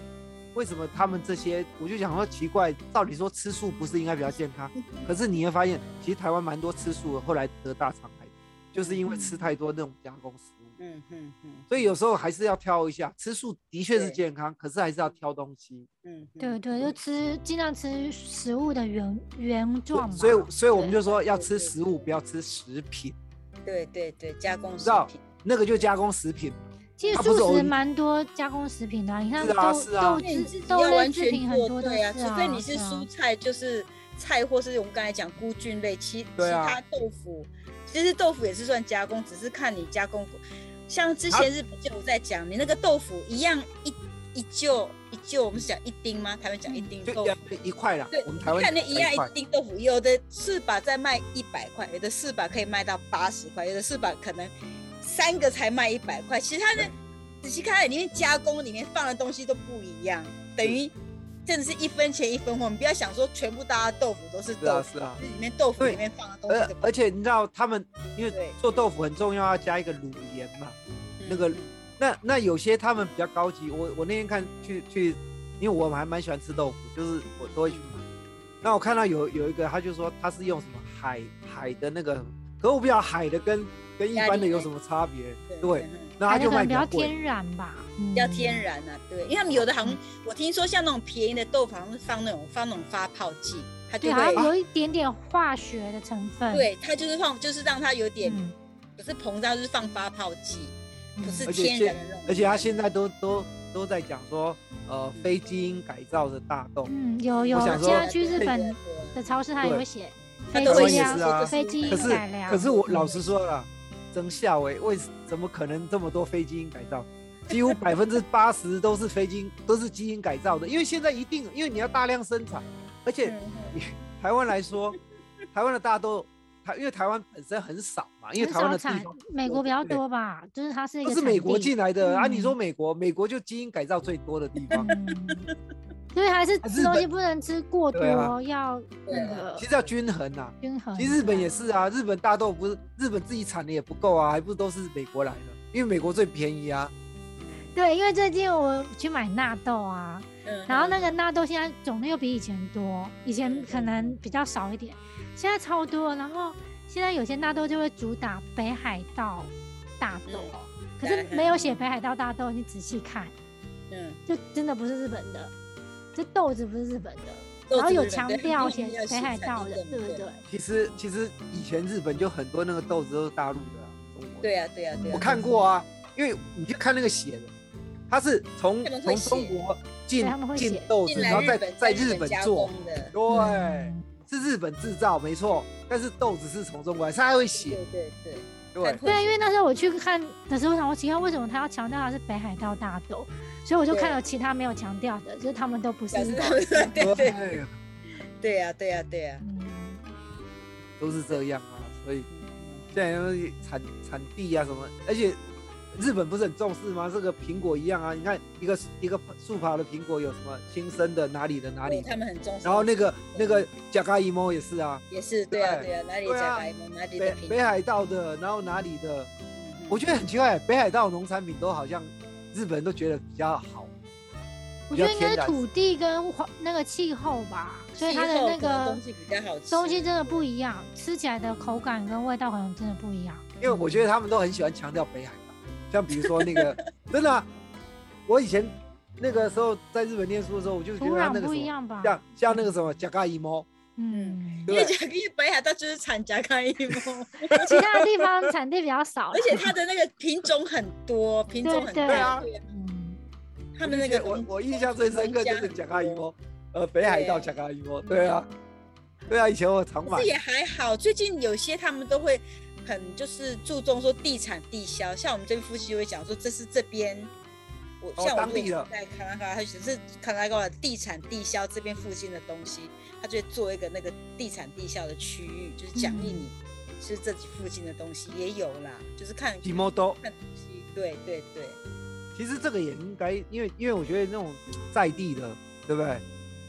Speaker 1: 为什么他们这些，我就想说奇怪，照理说吃素不是应该比较健康？可是你会发现，其实台湾蛮多吃素的，后来得大肠癌，就是因为吃太多那种加工食物。
Speaker 3: 嗯嗯嗯
Speaker 1: 所以有时候还是要挑一下，吃素的确是
Speaker 3: 对
Speaker 1: 健康，可是还是要挑东西。
Speaker 3: 嗯，嗯
Speaker 2: 对对，就吃尽量吃食物的原原状嘛。
Speaker 1: 所以，所以我们就说要
Speaker 3: 对
Speaker 1: 吃
Speaker 3: 对
Speaker 1: 食物，不要吃食品，
Speaker 3: 对对对，加工食
Speaker 1: 知道
Speaker 3: 品，
Speaker 1: 那个就加工食品。
Speaker 2: 其
Speaker 1: 它
Speaker 2: 实
Speaker 1: 啊不是
Speaker 2: 素食
Speaker 1: only-
Speaker 2: 蛮多加工食品的啊、你看
Speaker 1: 是
Speaker 2: 豆、
Speaker 1: 啊是啊
Speaker 2: 豆
Speaker 1: 因
Speaker 3: 对你
Speaker 2: 制
Speaker 3: 自己
Speaker 2: 豆
Speaker 3: 要
Speaker 2: 类
Speaker 3: 完
Speaker 2: 制品
Speaker 3: 全
Speaker 2: 很
Speaker 3: 做
Speaker 2: 多都
Speaker 3: 对
Speaker 2: 是
Speaker 3: 啊，除非你是
Speaker 2: 啊
Speaker 3: 蔬菜，就是菜，或是我们刚才讲菇菌类，其其
Speaker 1: 对啊
Speaker 3: 他豆腐，其实豆腐也是算加工，只是看你加工过。像之前日本就有在讲，你那个豆腐一样一一旧一旧，我们是讲一丁吗？台湾讲一
Speaker 2: 嗯
Speaker 3: 丁豆
Speaker 1: 就
Speaker 3: 腐。
Speaker 1: 一一块啦
Speaker 3: 对，
Speaker 1: 我们台湾
Speaker 3: 看那一样
Speaker 1: 一块
Speaker 3: 一。丁豆腐，有的四把再卖一百块，有的四把可以卖到八十块，有的四把可能三个才卖一百块。其实它的
Speaker 1: 对
Speaker 3: 仔细看，里面加工里面放的东西都不一样，等于真的是一分钱一分货。你不要想说全部大家豆腐都是
Speaker 1: 是
Speaker 3: 豆
Speaker 1: 啊
Speaker 3: 腐，
Speaker 1: 是啊，
Speaker 3: 这里面豆腐
Speaker 1: 对
Speaker 3: 里面放的东西
Speaker 1: 呃而
Speaker 3: 都不
Speaker 1: 而且你知道他们因
Speaker 3: 对
Speaker 1: 为做豆腐很重要，要加一个卤盐嘛。
Speaker 3: 嗯
Speaker 1: 呃那个
Speaker 3: 嗯
Speaker 1: 那那有些他们比较高级，我我那天看去去，因为我还蛮喜欢吃豆腐，就是我都会去买。那我看到有有一个，他就说他是用什么海海的那个，可我不知道海的跟跟一般的有什么差别。对，，那他
Speaker 2: 还是
Speaker 1: 就
Speaker 2: 可
Speaker 1: 卖
Speaker 2: 能比
Speaker 1: 比
Speaker 2: 较
Speaker 1: 较贵。
Speaker 2: 天然吧，
Speaker 3: 嗯
Speaker 2: 嗯
Speaker 3: 比
Speaker 2: 比
Speaker 3: 较天然啊，对，因为他们有的好
Speaker 1: 嗯
Speaker 3: 像我听说像那种便宜的豆腐，好像是放那种放那种发泡剂，它就
Speaker 2: 对，
Speaker 3: 会
Speaker 2: 还
Speaker 1: 啊
Speaker 2: 有一点点化学的成分。
Speaker 3: 对，它就是放，就是让它有点
Speaker 2: 嗯，
Speaker 3: 不是膨胀，就是放发泡剂，
Speaker 2: 嗯，
Speaker 3: 不是
Speaker 1: 而且
Speaker 3: 天然的那种。
Speaker 1: 而且他现在都都都在讲说，呃，非基因改造的大豆，
Speaker 2: 嗯，有有，
Speaker 1: 我想
Speaker 2: 现
Speaker 1: 说
Speaker 2: 在去日
Speaker 3: 对啊
Speaker 2: 本
Speaker 3: 对啊
Speaker 2: 的超市它也
Speaker 1: 对
Speaker 2: 会写
Speaker 3: 它
Speaker 2: 非
Speaker 3: 都
Speaker 1: 会
Speaker 2: 基
Speaker 1: 写
Speaker 2: 因
Speaker 1: 是啊
Speaker 2: 非基因
Speaker 1: 可是
Speaker 2: 改良。
Speaker 1: 可是我老
Speaker 2: 嗯
Speaker 1: 实说了，真笑哎、为什怎么可能这么多非基因改造？几乎百分之八十都是非基因，都是基因改造的。因为现在一定，因为你要大量生产，而且
Speaker 3: 嗯
Speaker 1: 台湾来说，台湾的大豆，台因为台湾本身很少嘛，因为
Speaker 2: 很
Speaker 1: 台湾
Speaker 2: 少
Speaker 1: 的地
Speaker 2: 产
Speaker 1: 方，
Speaker 2: 美国比较
Speaker 1: 对
Speaker 2: 多吧，就是它是一
Speaker 1: 它
Speaker 2: 个
Speaker 1: 是美国
Speaker 2: 产地
Speaker 1: 进来的、啊。你说
Speaker 2: 嗯
Speaker 1: 美国，美国就基因改造最多的地方，
Speaker 2: 嗯所以还是
Speaker 1: 啊
Speaker 2: 吃
Speaker 1: 日
Speaker 2: 东
Speaker 1: 本
Speaker 2: 西不能吃过多
Speaker 1: 对，啊
Speaker 2: 要
Speaker 3: 对
Speaker 2: 那
Speaker 3: 啊
Speaker 2: 个
Speaker 1: 其实要均衡呐、
Speaker 2: 均衡。
Speaker 1: 其实日本也是啊，日本大豆不是日本自己产的也不够啊，还不都是美国来的，因为美国最便宜啊。
Speaker 2: 对，因为最近我去买纳豆啊，
Speaker 3: 嗯
Speaker 2: 然后那
Speaker 3: 个
Speaker 2: 个纳豆现在种类又比以前多，以前可能比较少一点，现在超多。然后现在有些纳豆就会主打北海道大豆，可是没有写北海道大豆，你仔细看，
Speaker 3: 嗯，
Speaker 2: 就真的不是日本的，这豆子不是日本的。
Speaker 3: 豆
Speaker 2: 然后
Speaker 3: 子
Speaker 2: 有
Speaker 3: 日本
Speaker 2: 强
Speaker 3: 对
Speaker 2: 调
Speaker 3: 一定
Speaker 2: 写
Speaker 3: 要
Speaker 2: 北
Speaker 3: 写
Speaker 2: 海
Speaker 3: 产
Speaker 2: 道
Speaker 3: 地
Speaker 2: 的，
Speaker 3: 证
Speaker 2: 对
Speaker 3: 明
Speaker 2: 不对？
Speaker 1: 其实其实以前日本就很多那个豆子都是大陆的啊、中国的
Speaker 3: 对啊对啊对啊，
Speaker 1: 我看过啊，因为你去看那个写的，它是从
Speaker 3: 他们
Speaker 1: 从中
Speaker 3: 会
Speaker 1: 国进
Speaker 2: 对他们会
Speaker 1: 进
Speaker 2: 写
Speaker 1: 豆
Speaker 3: 进
Speaker 1: 子，
Speaker 3: 来
Speaker 1: 然后再
Speaker 3: 本
Speaker 1: 在
Speaker 3: 日
Speaker 1: 日本
Speaker 3: 加
Speaker 1: 做，
Speaker 3: 工的，
Speaker 1: 对，
Speaker 2: 嗯
Speaker 1: 是日本制造没错，但是豆子是从中国来，是它会
Speaker 3: 对
Speaker 1: 写，
Speaker 3: 对对，
Speaker 1: 对，
Speaker 2: 对啊，因为那时候我去看的时候，我想我奇怪为什么他要强调它是北海道大豆，所以我就看
Speaker 3: 对
Speaker 2: 了其他没有强调的，就是他们都不是
Speaker 3: 表
Speaker 2: 日
Speaker 3: 示
Speaker 2: 本
Speaker 3: 他们
Speaker 2: 人。
Speaker 1: 对，
Speaker 3: 对对对啊对啊对啊，
Speaker 2: 嗯，
Speaker 1: 都是这样啊，所以现在都是产产地啊什么，而且日本不是很重视吗？这个苹果一样啊，你看一个一个树刨的苹果有什么新生的哪里的哪里
Speaker 3: 对，他们很重视。
Speaker 1: 然后那个那个甲嘎伊猫也是啊，
Speaker 3: 也是对啊
Speaker 1: 对
Speaker 3: 对啊，哪里
Speaker 1: 对啊
Speaker 3: 加白蒙，哪里
Speaker 1: 北
Speaker 3: 的品
Speaker 1: 北海道的，然后哪里的，
Speaker 3: 嗯
Speaker 1: 我觉得很奇怪，北海道农产品都好像日本人都觉得比较好，
Speaker 2: 我
Speaker 1: 比
Speaker 2: 觉
Speaker 1: 较
Speaker 2: 得应该
Speaker 1: 天
Speaker 2: 是
Speaker 1: 然。
Speaker 2: 土地跟环那个气候吧，所以它的
Speaker 3: 气候
Speaker 2: 那
Speaker 3: 可能
Speaker 2: 个
Speaker 3: 东西比较好吃，
Speaker 2: 东西真的不一样，吃起来的口感跟味道可能真的不一样。
Speaker 1: 因为我觉得他们都很喜欢强调北海道，像比如说那个，真的啊、我以前那个时候在日本念书的时候，我就觉
Speaker 2: 土
Speaker 1: 得他
Speaker 2: 壤
Speaker 1: 那个
Speaker 2: 不
Speaker 1: 什
Speaker 2: 一
Speaker 1: 么，
Speaker 2: 样啊吧？
Speaker 1: 像像那个什么甲嘎伊猫，
Speaker 2: 嗯，
Speaker 3: 因
Speaker 1: 对
Speaker 3: 为
Speaker 1: 不对
Speaker 3: 甲因为北海道就是产甲干一 梦，
Speaker 2: 其他的地方产地比较少啦，
Speaker 3: 而且它的那个品种很多，品种很
Speaker 2: 对
Speaker 3: 多，
Speaker 2: 对
Speaker 1: 啊
Speaker 2: 嗯，
Speaker 3: 他们那个
Speaker 1: 我
Speaker 3: 农
Speaker 1: 我印象最深刻就是甲嘎伊，猫，呃，北海道甲嘎伊猫，对啊，对啊，以前我常买
Speaker 3: 这。也还好。最近有些他们都会很就是注重说地产地销，像我们这边夫妻就会讲说这是这边，我
Speaker 1: 哦
Speaker 3: 像我
Speaker 1: 当
Speaker 3: 们
Speaker 1: 地的
Speaker 3: 在卡拉卡，他就是卡拉卡地产地销这边附近的东西，他就会做一个那个地产地销的区域，就是奖励你
Speaker 1: 嗯
Speaker 3: 吃这附近的东西也有啦，就是看
Speaker 1: 提摩多，
Speaker 3: 看东西，对对对，
Speaker 1: 其实这个也应该，因为因为我觉得那种在地的，对不对？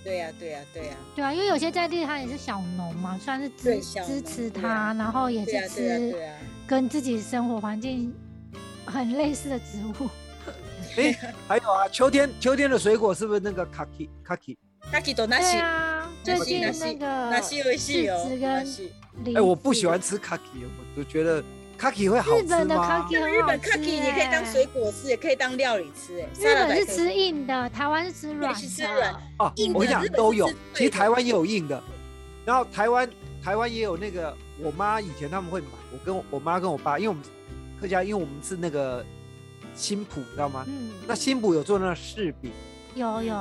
Speaker 3: 对呀、对呀、对呀、
Speaker 2: 对啊，因为有些在地他也是小农嘛，算是支
Speaker 3: 对小
Speaker 2: 支
Speaker 3: 农
Speaker 2: 持
Speaker 3: 对
Speaker 2: 他，
Speaker 3: 啊
Speaker 2: 然后也
Speaker 3: 对呀、
Speaker 2: 是
Speaker 3: 对呀、对啊
Speaker 2: 吃
Speaker 3: 呀、
Speaker 2: 跟自己生活环境很类似的植物。
Speaker 1: 哎， 还有啊，秋天秋天的水果是不是那个 kaki kaki？
Speaker 3: 那基 多那
Speaker 2: 对
Speaker 3: 西
Speaker 2: 啊，最
Speaker 1: 西
Speaker 2: 近
Speaker 1: 那
Speaker 2: 那
Speaker 3: 西
Speaker 2: 个
Speaker 3: 那西维
Speaker 2: 柿子
Speaker 3: 西有哦那
Speaker 2: 跟
Speaker 3: 西。
Speaker 2: 梨
Speaker 1: 哎，我不喜
Speaker 2: 子
Speaker 1: 欢吃 kaki，我就觉得 kaki 会好
Speaker 2: 日
Speaker 1: 吃
Speaker 2: 本的
Speaker 1: 吗？啊
Speaker 2: kaki
Speaker 3: 日
Speaker 2: 很好
Speaker 3: 本
Speaker 2: 吃
Speaker 3: cookie 你可以当
Speaker 2: 哎
Speaker 3: 水果吃，也可以当料理吃，哎，
Speaker 2: 日
Speaker 3: 沙拉
Speaker 2: 本
Speaker 3: 也
Speaker 2: 是
Speaker 3: 可以
Speaker 2: 吃硬的，台湾是吃软
Speaker 3: 是吃
Speaker 2: 的啊
Speaker 3: 软。
Speaker 1: 哦
Speaker 3: 硬，的
Speaker 1: 我跟你讲
Speaker 3: 日本
Speaker 1: 都
Speaker 3: 是
Speaker 1: 有
Speaker 3: 最，
Speaker 1: 其实
Speaker 3: 贵
Speaker 1: 台
Speaker 3: 的
Speaker 1: 湾也有硬的，然后台湾台湾也有那个，我妈以前他们会买，我跟我我妈跟我爸，因为我们客家，因为我们是那个新浦，知道吗？
Speaker 2: 嗯，
Speaker 1: 那新浦有做那个柿饼，
Speaker 2: 有有。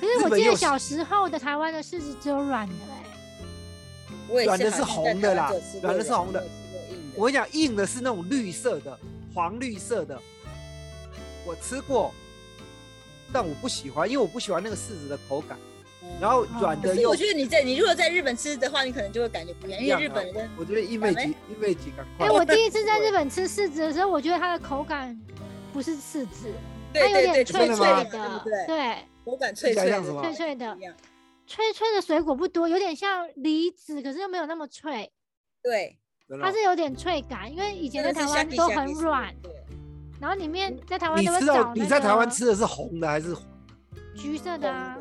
Speaker 2: 可
Speaker 1: 日
Speaker 2: 是我
Speaker 1: 本
Speaker 2: 记
Speaker 1: 又
Speaker 2: 得
Speaker 1: 是
Speaker 2: 小时候的台湾的柿子只有软的哎，
Speaker 3: 我也
Speaker 1: 软的
Speaker 3: 好
Speaker 1: 是
Speaker 3: 像在
Speaker 1: 红的
Speaker 3: 台湾
Speaker 1: 啦
Speaker 3: 只有吃过
Speaker 1: 软的是红的
Speaker 3: 没有吃过硬的
Speaker 1: 我跟你讲，硬的是那种绿色的，黄绿色的，我吃过，但我不喜欢，因为我不喜欢那个柿子的口感。
Speaker 3: 嗯
Speaker 1: 然后
Speaker 2: 嗯
Speaker 1: 软
Speaker 3: 可
Speaker 1: 的
Speaker 3: 是
Speaker 1: 又
Speaker 3: 我，觉得你在你如果在日本吃的话，你可能就会感觉不一样，因
Speaker 1: 样啊
Speaker 3: 为日本人跟
Speaker 1: 我觉得一妹几一妹几赶快
Speaker 2: 哎，，我第一次在日本吃柿子的时候，我觉得它的口感不是柿子，它
Speaker 3: 对
Speaker 2: 有
Speaker 3: 对对
Speaker 1: 真
Speaker 2: 点脆
Speaker 1: 的
Speaker 3: 脆
Speaker 2: 脆
Speaker 1: 吗
Speaker 3: 的，
Speaker 2: 的
Speaker 3: 对不，对？
Speaker 2: 对，
Speaker 3: 口感脆脆
Speaker 1: 听起来像
Speaker 3: 的，
Speaker 1: 什么
Speaker 2: 脆脆的
Speaker 3: 不一，样
Speaker 2: 脆脆的水果不多，有点像梨子，可是又没有那么脆，
Speaker 3: 对，
Speaker 1: 真的
Speaker 2: 它是有点脆感，因为以前在台
Speaker 3: 真的是
Speaker 2: 湾
Speaker 3: shaki
Speaker 2: 都
Speaker 3: shaki
Speaker 2: 很
Speaker 3: 吃的
Speaker 2: 软，
Speaker 3: 对
Speaker 2: 然后里面在台湾
Speaker 1: 你
Speaker 2: 都会
Speaker 1: 知
Speaker 2: 找
Speaker 1: 道
Speaker 2: 那
Speaker 1: 你在台湾
Speaker 2: 个
Speaker 1: 吃的是红的还是
Speaker 2: 橘色的啊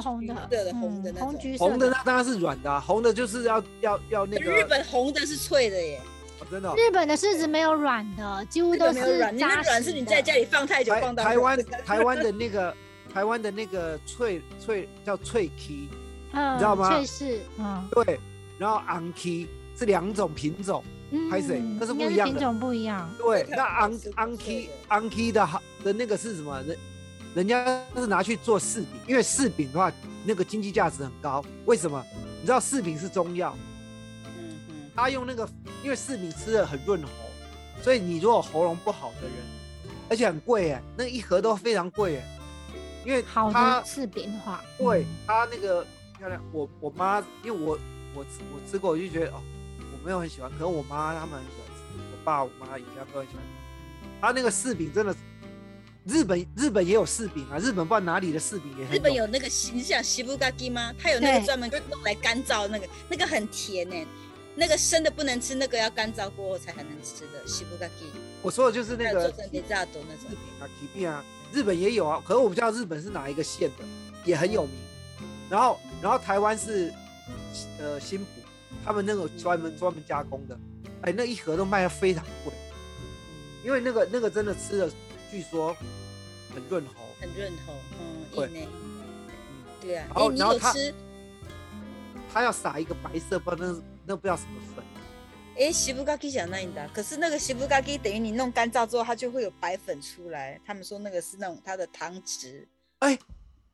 Speaker 3: 红的，
Speaker 2: 对对对，
Speaker 3: 是
Speaker 2: 红的，
Speaker 3: 橘色的红的
Speaker 2: 嗯
Speaker 3: 那
Speaker 2: 红
Speaker 3: 种
Speaker 2: 橘色
Speaker 1: 红的？那当然是软的、啊，红的就是要要要那个
Speaker 3: 日本红的是脆的耶，
Speaker 1: 哦真的哦、
Speaker 2: 日本的柿子没有软的，几乎
Speaker 3: 这
Speaker 2: 都
Speaker 3: 个没有
Speaker 2: 是
Speaker 3: 软，你
Speaker 2: 扎
Speaker 3: 那软
Speaker 2: 实
Speaker 3: 是你
Speaker 2: 的
Speaker 3: 在家里放太久
Speaker 1: 台
Speaker 3: 放到
Speaker 1: 台
Speaker 3: 软
Speaker 1: 湾
Speaker 3: 的
Speaker 1: 台湾 的那个台湾的那个脆脆叫脆 key，
Speaker 2: 嗯，
Speaker 1: 你知道吗
Speaker 2: 脆柿，嗯
Speaker 1: 对，然后 on key 是两种品种，
Speaker 2: 嗯，
Speaker 1: 拍谁那是
Speaker 2: 应
Speaker 1: 不
Speaker 2: 该
Speaker 1: 一样
Speaker 2: 品
Speaker 1: 的
Speaker 2: 种不一样。
Speaker 1: 对，
Speaker 3: 对
Speaker 1: 那
Speaker 3: 它
Speaker 1: on
Speaker 3: 是不
Speaker 1: on
Speaker 3: 脆
Speaker 1: key
Speaker 3: 的
Speaker 1: on key 的好的那个是什么？人人家是拿去做柿饼，因为柿饼的话那个经济价值很高，为什么？你知道柿饼是中药，
Speaker 3: 嗯嗯，
Speaker 1: 他用那个，因为柿米吃的很润喉，所以你如果喉咙不好的人，而且很贵哎，那一盒都非常贵哎，因为
Speaker 2: 好的
Speaker 1: 它
Speaker 2: 柿饼的话，
Speaker 1: 对
Speaker 2: 嗯
Speaker 1: 它那个漂亮，我我妈因为我我吃我吃过，我就觉得哦，我没有很喜欢，可能我妈他们很喜欢吃，我爸我妈以前都很喜欢吃，他那个柿饼真的，日本日本也有柿饼啊，日本不知道哪里的柿饼也很
Speaker 3: 日本有那个西你想西布嘎鸡吗？它有那
Speaker 2: 对
Speaker 3: 个专门用来干燥那个，那个很甜呢、欸那个生的不能吃，那个要干燥过后才能吃的西布嘎鸡，
Speaker 1: 我说的就是
Speaker 3: 还
Speaker 1: 那
Speaker 3: 有做
Speaker 1: 个
Speaker 3: 成 d e s 那
Speaker 1: 日
Speaker 3: 种。
Speaker 1: 本啊、吉病啊，日本也有啊，可是我不知道日本是哪一个县的，也很有名。然后，然后台湾是呃新浦，他们那个专门专门加工的，哎，那一盒都卖的非常贵，因为那个那个真的吃了，据说很润喉。
Speaker 3: 很润喉，嗯，
Speaker 1: 对
Speaker 3: 硬呢、对啊，
Speaker 1: 然后
Speaker 3: 哎你
Speaker 1: 然后
Speaker 3: 有
Speaker 1: 它
Speaker 3: 吃？
Speaker 1: 他要撒一个白色，不知道那那不知道什么粉，
Speaker 3: 哎，西布嘎鸡想那你的，啊可是那个西布嘎鸡等于你弄干燥之后，它就会有白粉出来。他们说那个是那种它的糖脂，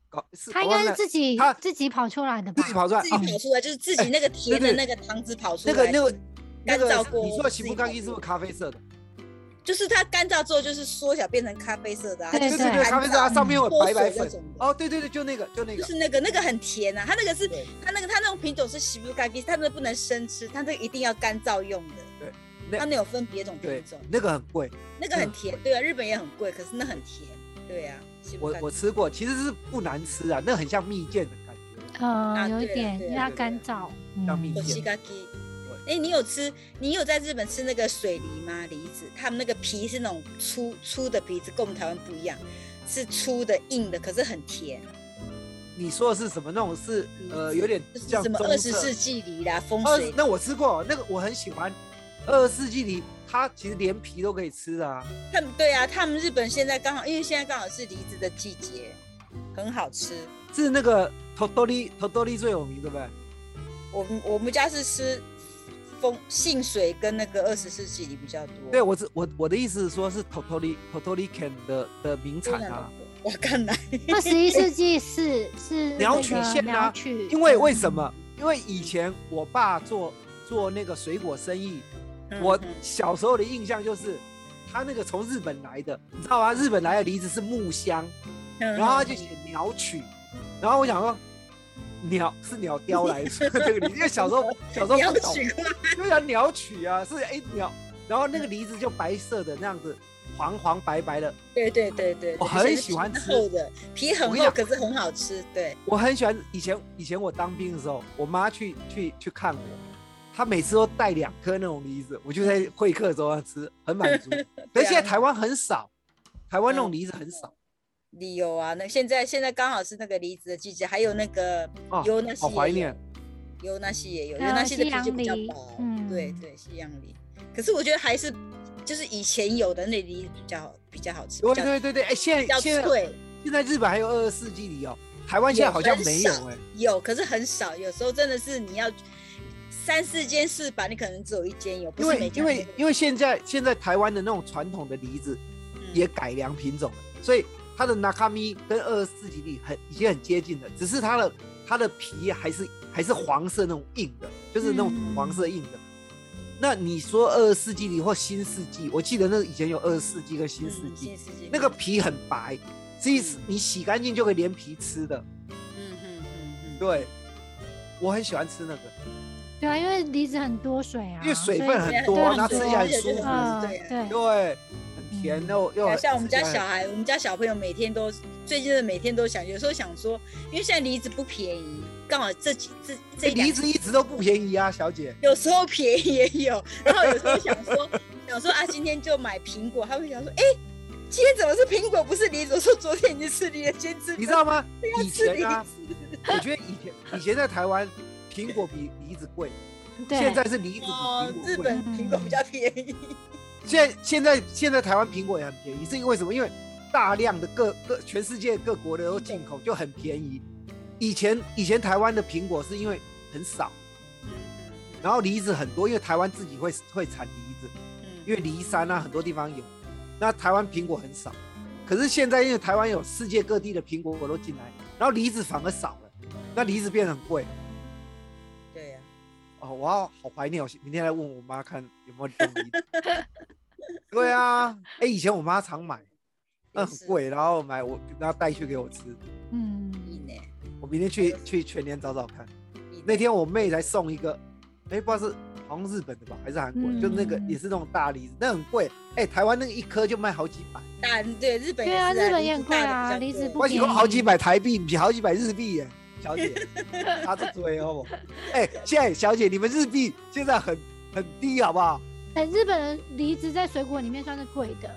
Speaker 1: 搞是
Speaker 2: 它应该
Speaker 1: 搞忘
Speaker 2: 是
Speaker 1: 了
Speaker 2: 自己
Speaker 1: 它
Speaker 2: 自己跑出来的吧
Speaker 1: 自己？跑出来
Speaker 3: 自己
Speaker 1: 啊，
Speaker 3: 跑出来、就是自己那个甜的
Speaker 1: 对对
Speaker 3: 那个糖脂跑出
Speaker 1: 那个
Speaker 3: 来。
Speaker 1: 那个那
Speaker 3: 干
Speaker 1: 个
Speaker 3: 燥过
Speaker 1: 你说的
Speaker 3: 自
Speaker 1: 西
Speaker 3: 己
Speaker 1: 部干
Speaker 3: 跑
Speaker 1: 衣是
Speaker 3: 出
Speaker 1: 不是咖啡色的？
Speaker 3: 就是它干燥之后就是缩小变成咖啡色的、啊，它
Speaker 2: 对
Speaker 3: 就是
Speaker 1: 对对，
Speaker 3: 干
Speaker 1: 咖啡色，
Speaker 3: 燥
Speaker 1: 它上面有
Speaker 3: 脱
Speaker 1: 白白
Speaker 3: 水那
Speaker 1: 粉
Speaker 3: 种。的
Speaker 1: 哦，对对对，就那个就那
Speaker 3: 就
Speaker 1: 个。
Speaker 3: 是那个那个很甜啊，它那个是
Speaker 1: 对
Speaker 3: 它那个它那种品种是西布咖喱，它那个不能生吃，它那个一定要干燥用的。
Speaker 1: 对那
Speaker 3: 它那有分别种
Speaker 1: 对
Speaker 3: 品种，，
Speaker 1: 那个很贵，
Speaker 3: 那个很
Speaker 1: 那
Speaker 3: 甜
Speaker 1: 很，
Speaker 3: 对啊，日本也很贵，可是那很甜，对啊。西部
Speaker 1: 我
Speaker 3: 咖喱
Speaker 1: 我吃过，其实是不难吃啊，那很像蜜饯的感觉。
Speaker 2: 呃，
Speaker 3: 啊
Speaker 2: 有一
Speaker 3: 对啊
Speaker 2: 点，
Speaker 3: 对
Speaker 2: 因
Speaker 3: 啊
Speaker 2: 为它
Speaker 1: 对啊
Speaker 2: 干
Speaker 1: 对
Speaker 2: 燥，
Speaker 1: 像蜜
Speaker 2: 嗯
Speaker 3: 我
Speaker 1: 饯
Speaker 3: 西咖喱。哎，你有吃？你有在日本吃那个水梨吗？梨子，他们那个皮是那种粗粗的皮子，跟我们台湾不一样，是粗的硬的，可是很甜。嗯
Speaker 1: 你说的是什么？那种是呃，有点
Speaker 3: 就是
Speaker 1: 像
Speaker 3: 什么
Speaker 1: 棕
Speaker 3: 二十
Speaker 1: 色
Speaker 3: 世纪梨啦，风
Speaker 1: 二
Speaker 3: 水
Speaker 1: 十那我吃过，那个我很喜欢。二十世纪梨，它其实连皮都可以吃的啊。
Speaker 3: 他们对啊，他们日本现在刚好，因为现在刚好是梨子的季节，很好吃。
Speaker 1: 是那个 Tottori Tottori 最有名，对不对？
Speaker 3: 我们我们家是吃风杏水跟那个二十世纪梨比较多。
Speaker 1: 对，，我是我我的意思是说，是 Tottori Tottori Ken 的的名产啊。，
Speaker 3: 我看来
Speaker 2: 二十一世纪是是
Speaker 1: 鸟
Speaker 2: 那
Speaker 1: 取
Speaker 2: 个
Speaker 1: 县啊
Speaker 2: 鸟取，
Speaker 1: 因为为什么？因因为以前我爸做做那个水果生意，
Speaker 3: 嗯
Speaker 1: 我小时候的印象就是他那个从日本来的，你知道吗？日本来的梨子是木香，
Speaker 3: 然
Speaker 1: 然后他就写鸟曲，然后我想说。鸟是鸟叼来的这个梨，因为小时候小时候
Speaker 3: 你要
Speaker 1: 不懂，
Speaker 3: 取过来，
Speaker 1: 就像鸟曲啊，是哎、鸟，然后那个梨子就白色的那样子，黄黄白白的，
Speaker 3: 对对对对，
Speaker 1: 我
Speaker 3: 而且
Speaker 1: 很
Speaker 3: 是
Speaker 1: 喜欢
Speaker 3: 皮
Speaker 1: 吃
Speaker 3: 厚的，皮
Speaker 1: 我
Speaker 3: 很
Speaker 1: 跟你
Speaker 3: 厚，
Speaker 1: 讲
Speaker 3: 可是很好吃，对，
Speaker 1: 我很喜欢以前以前我当兵的时候，我妈去去去看我，她每次都带两颗那种梨子，我就在会客的时候吃，很满 足。可是现在台湾很少，台湾那
Speaker 3: 嗯
Speaker 1: 种梨子很少，
Speaker 3: 理由啊，那现在现在刚好是那个梨子的季节，还有那个
Speaker 1: 哦
Speaker 3: 优那西
Speaker 1: 好怀
Speaker 3: 也有
Speaker 1: 念。
Speaker 3: 尤纳西也有，尤
Speaker 2: 对啊
Speaker 3: 纳西的皮
Speaker 2: 西
Speaker 3: 就
Speaker 2: 洋
Speaker 3: 比较
Speaker 2: 梨
Speaker 3: 薄，
Speaker 2: 嗯
Speaker 3: 对对，西洋梨。可是我觉得还是就是以前有的那梨比较好比较好吃，
Speaker 1: 对
Speaker 3: 比较
Speaker 1: 对对对，哎、现
Speaker 3: 比较
Speaker 1: 在现在
Speaker 3: 脆，
Speaker 1: 现在日本还有二十四季梨哦，台湾现在好像没有哎、
Speaker 3: 有可是很少，有时候真的是你要三四间试吧，你可能只有一间有，不
Speaker 1: 因
Speaker 3: 是每
Speaker 1: 为
Speaker 3: 家
Speaker 1: 因为
Speaker 3: 都
Speaker 1: 因为现在现在台湾的那种传统的梨子
Speaker 3: 嗯
Speaker 1: 也改良品种了，所以它的 Nakami 跟二十四级里很已经很接近了，只是它的它的皮还是还是黄色那种硬的，就是那种土黄色硬的。
Speaker 3: 嗯
Speaker 1: 那你说二十四季里或新世纪，我记得那以前有二十四季跟新世
Speaker 3: 嗯
Speaker 1: 纪，
Speaker 3: 新世纪
Speaker 1: 那个皮很白，其实
Speaker 3: 嗯
Speaker 1: 你洗干净就可以连皮吃的。
Speaker 3: 嗯嗯嗯嗯，
Speaker 1: 对，我很喜欢吃那个，
Speaker 2: 对啊，因为梨子很多水啊，
Speaker 1: 因为水
Speaker 2: 所以
Speaker 1: 分很
Speaker 2: 对
Speaker 1: 多，
Speaker 2: 很
Speaker 1: 它吃起来
Speaker 2: 多
Speaker 1: 很
Speaker 3: 而且
Speaker 1: 舒
Speaker 3: 就
Speaker 1: 服
Speaker 3: 是。
Speaker 2: 嗯
Speaker 3: 对啊
Speaker 2: 对，
Speaker 1: 对，很甜又又
Speaker 3: 对啊
Speaker 1: 很
Speaker 3: 像我们家小
Speaker 1: 吃
Speaker 3: 孩，我们家小朋友每天都最近真的每天都想，有时候想说，因为现在梨子不便宜，刚好这几这这
Speaker 1: 起来很
Speaker 3: 一两
Speaker 1: 梨子哎一直都不便宜啊，小姐。
Speaker 3: 有时候便宜也有， 然后有时候想说想说啊，今天就买苹果，他会想说，哎、今天怎么是苹果不是梨子？我说昨天已经吃梨了，今天吃
Speaker 1: 你知道吗？
Speaker 3: 要
Speaker 1: 以
Speaker 3: 吃梨
Speaker 1: 前
Speaker 3: 子，
Speaker 1: 啊，我觉得以前以前在台湾，苹果比梨子贵，
Speaker 2: 对
Speaker 1: 现在是梨子比
Speaker 3: 哦，
Speaker 1: 苹
Speaker 3: 日
Speaker 1: 果贵。
Speaker 3: 本苹果比较便宜，
Speaker 1: 现在现在现在台湾苹果也很便宜，是因为什么？因为大量的各各全世界各国的都进口，就很便宜。以前以前台湾的苹果是因为很少，然后梨子很多，因为台湾自己会会产梨子，
Speaker 3: 嗯
Speaker 1: 因为梨山啊很多地方有，那台湾苹果很少。可是现在因为台湾有世界各地的苹果都进来，然后梨子反而少了，那梨子变得很贵。
Speaker 3: 对啊呀、
Speaker 1: 哦，我要好怀念哦！明天来问我妈看有没有这种梨子。对啊，哎、以前我妈常买，那
Speaker 3: 也
Speaker 1: 很
Speaker 3: 是
Speaker 1: 贵，然后买我然后带去给我吃。
Speaker 2: 嗯，
Speaker 3: 呢，
Speaker 1: 我明天去去全年找找看。
Speaker 3: 一呢
Speaker 1: 那天我妹才送一个，哎、不知道是好像日本的吧，还是韩国的，就那个
Speaker 2: 嗯
Speaker 1: 也是那种大梨子，那很贵。哎、台湾那个一颗就卖好几百，
Speaker 3: 大对日本
Speaker 2: 对啊
Speaker 3: 也是
Speaker 2: 日本也
Speaker 3: 梨
Speaker 2: 很
Speaker 3: 子
Speaker 2: 贵
Speaker 3: 大的
Speaker 2: 啊
Speaker 3: 比较
Speaker 2: 梨子
Speaker 3: 贵
Speaker 2: 不
Speaker 1: 我
Speaker 2: 便宜
Speaker 1: 喜欢好几百台币，比好几百日币耶，小姐，差着嘴哦。 哎、现在小姐，你们日币现在很很低，好不好？
Speaker 2: 哎，日本的梨子在水果里面算是贵的。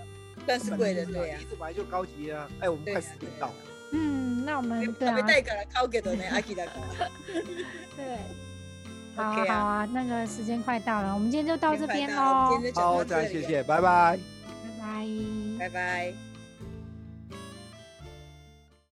Speaker 3: 算是贵的，对呀、
Speaker 1: 啊梨子本来就高级啊。哎、我们
Speaker 3: 对
Speaker 1: 快
Speaker 3: 呀
Speaker 1: 十
Speaker 3: 对
Speaker 1: 点
Speaker 3: 呀
Speaker 1: 到了。
Speaker 2: 嗯，那我们对啊
Speaker 3: 被，带过来考给的呢，阿基达
Speaker 2: 对，好啊
Speaker 3: OK 啊
Speaker 2: 好啊，那个时间快到了，我们今天就到这边喽，
Speaker 3: 今天就讲
Speaker 1: 好，
Speaker 3: 到
Speaker 1: 这样
Speaker 3: 这
Speaker 1: 谢
Speaker 3: 里，
Speaker 1: 谢，拜拜。
Speaker 2: 拜拜。
Speaker 3: 拜拜。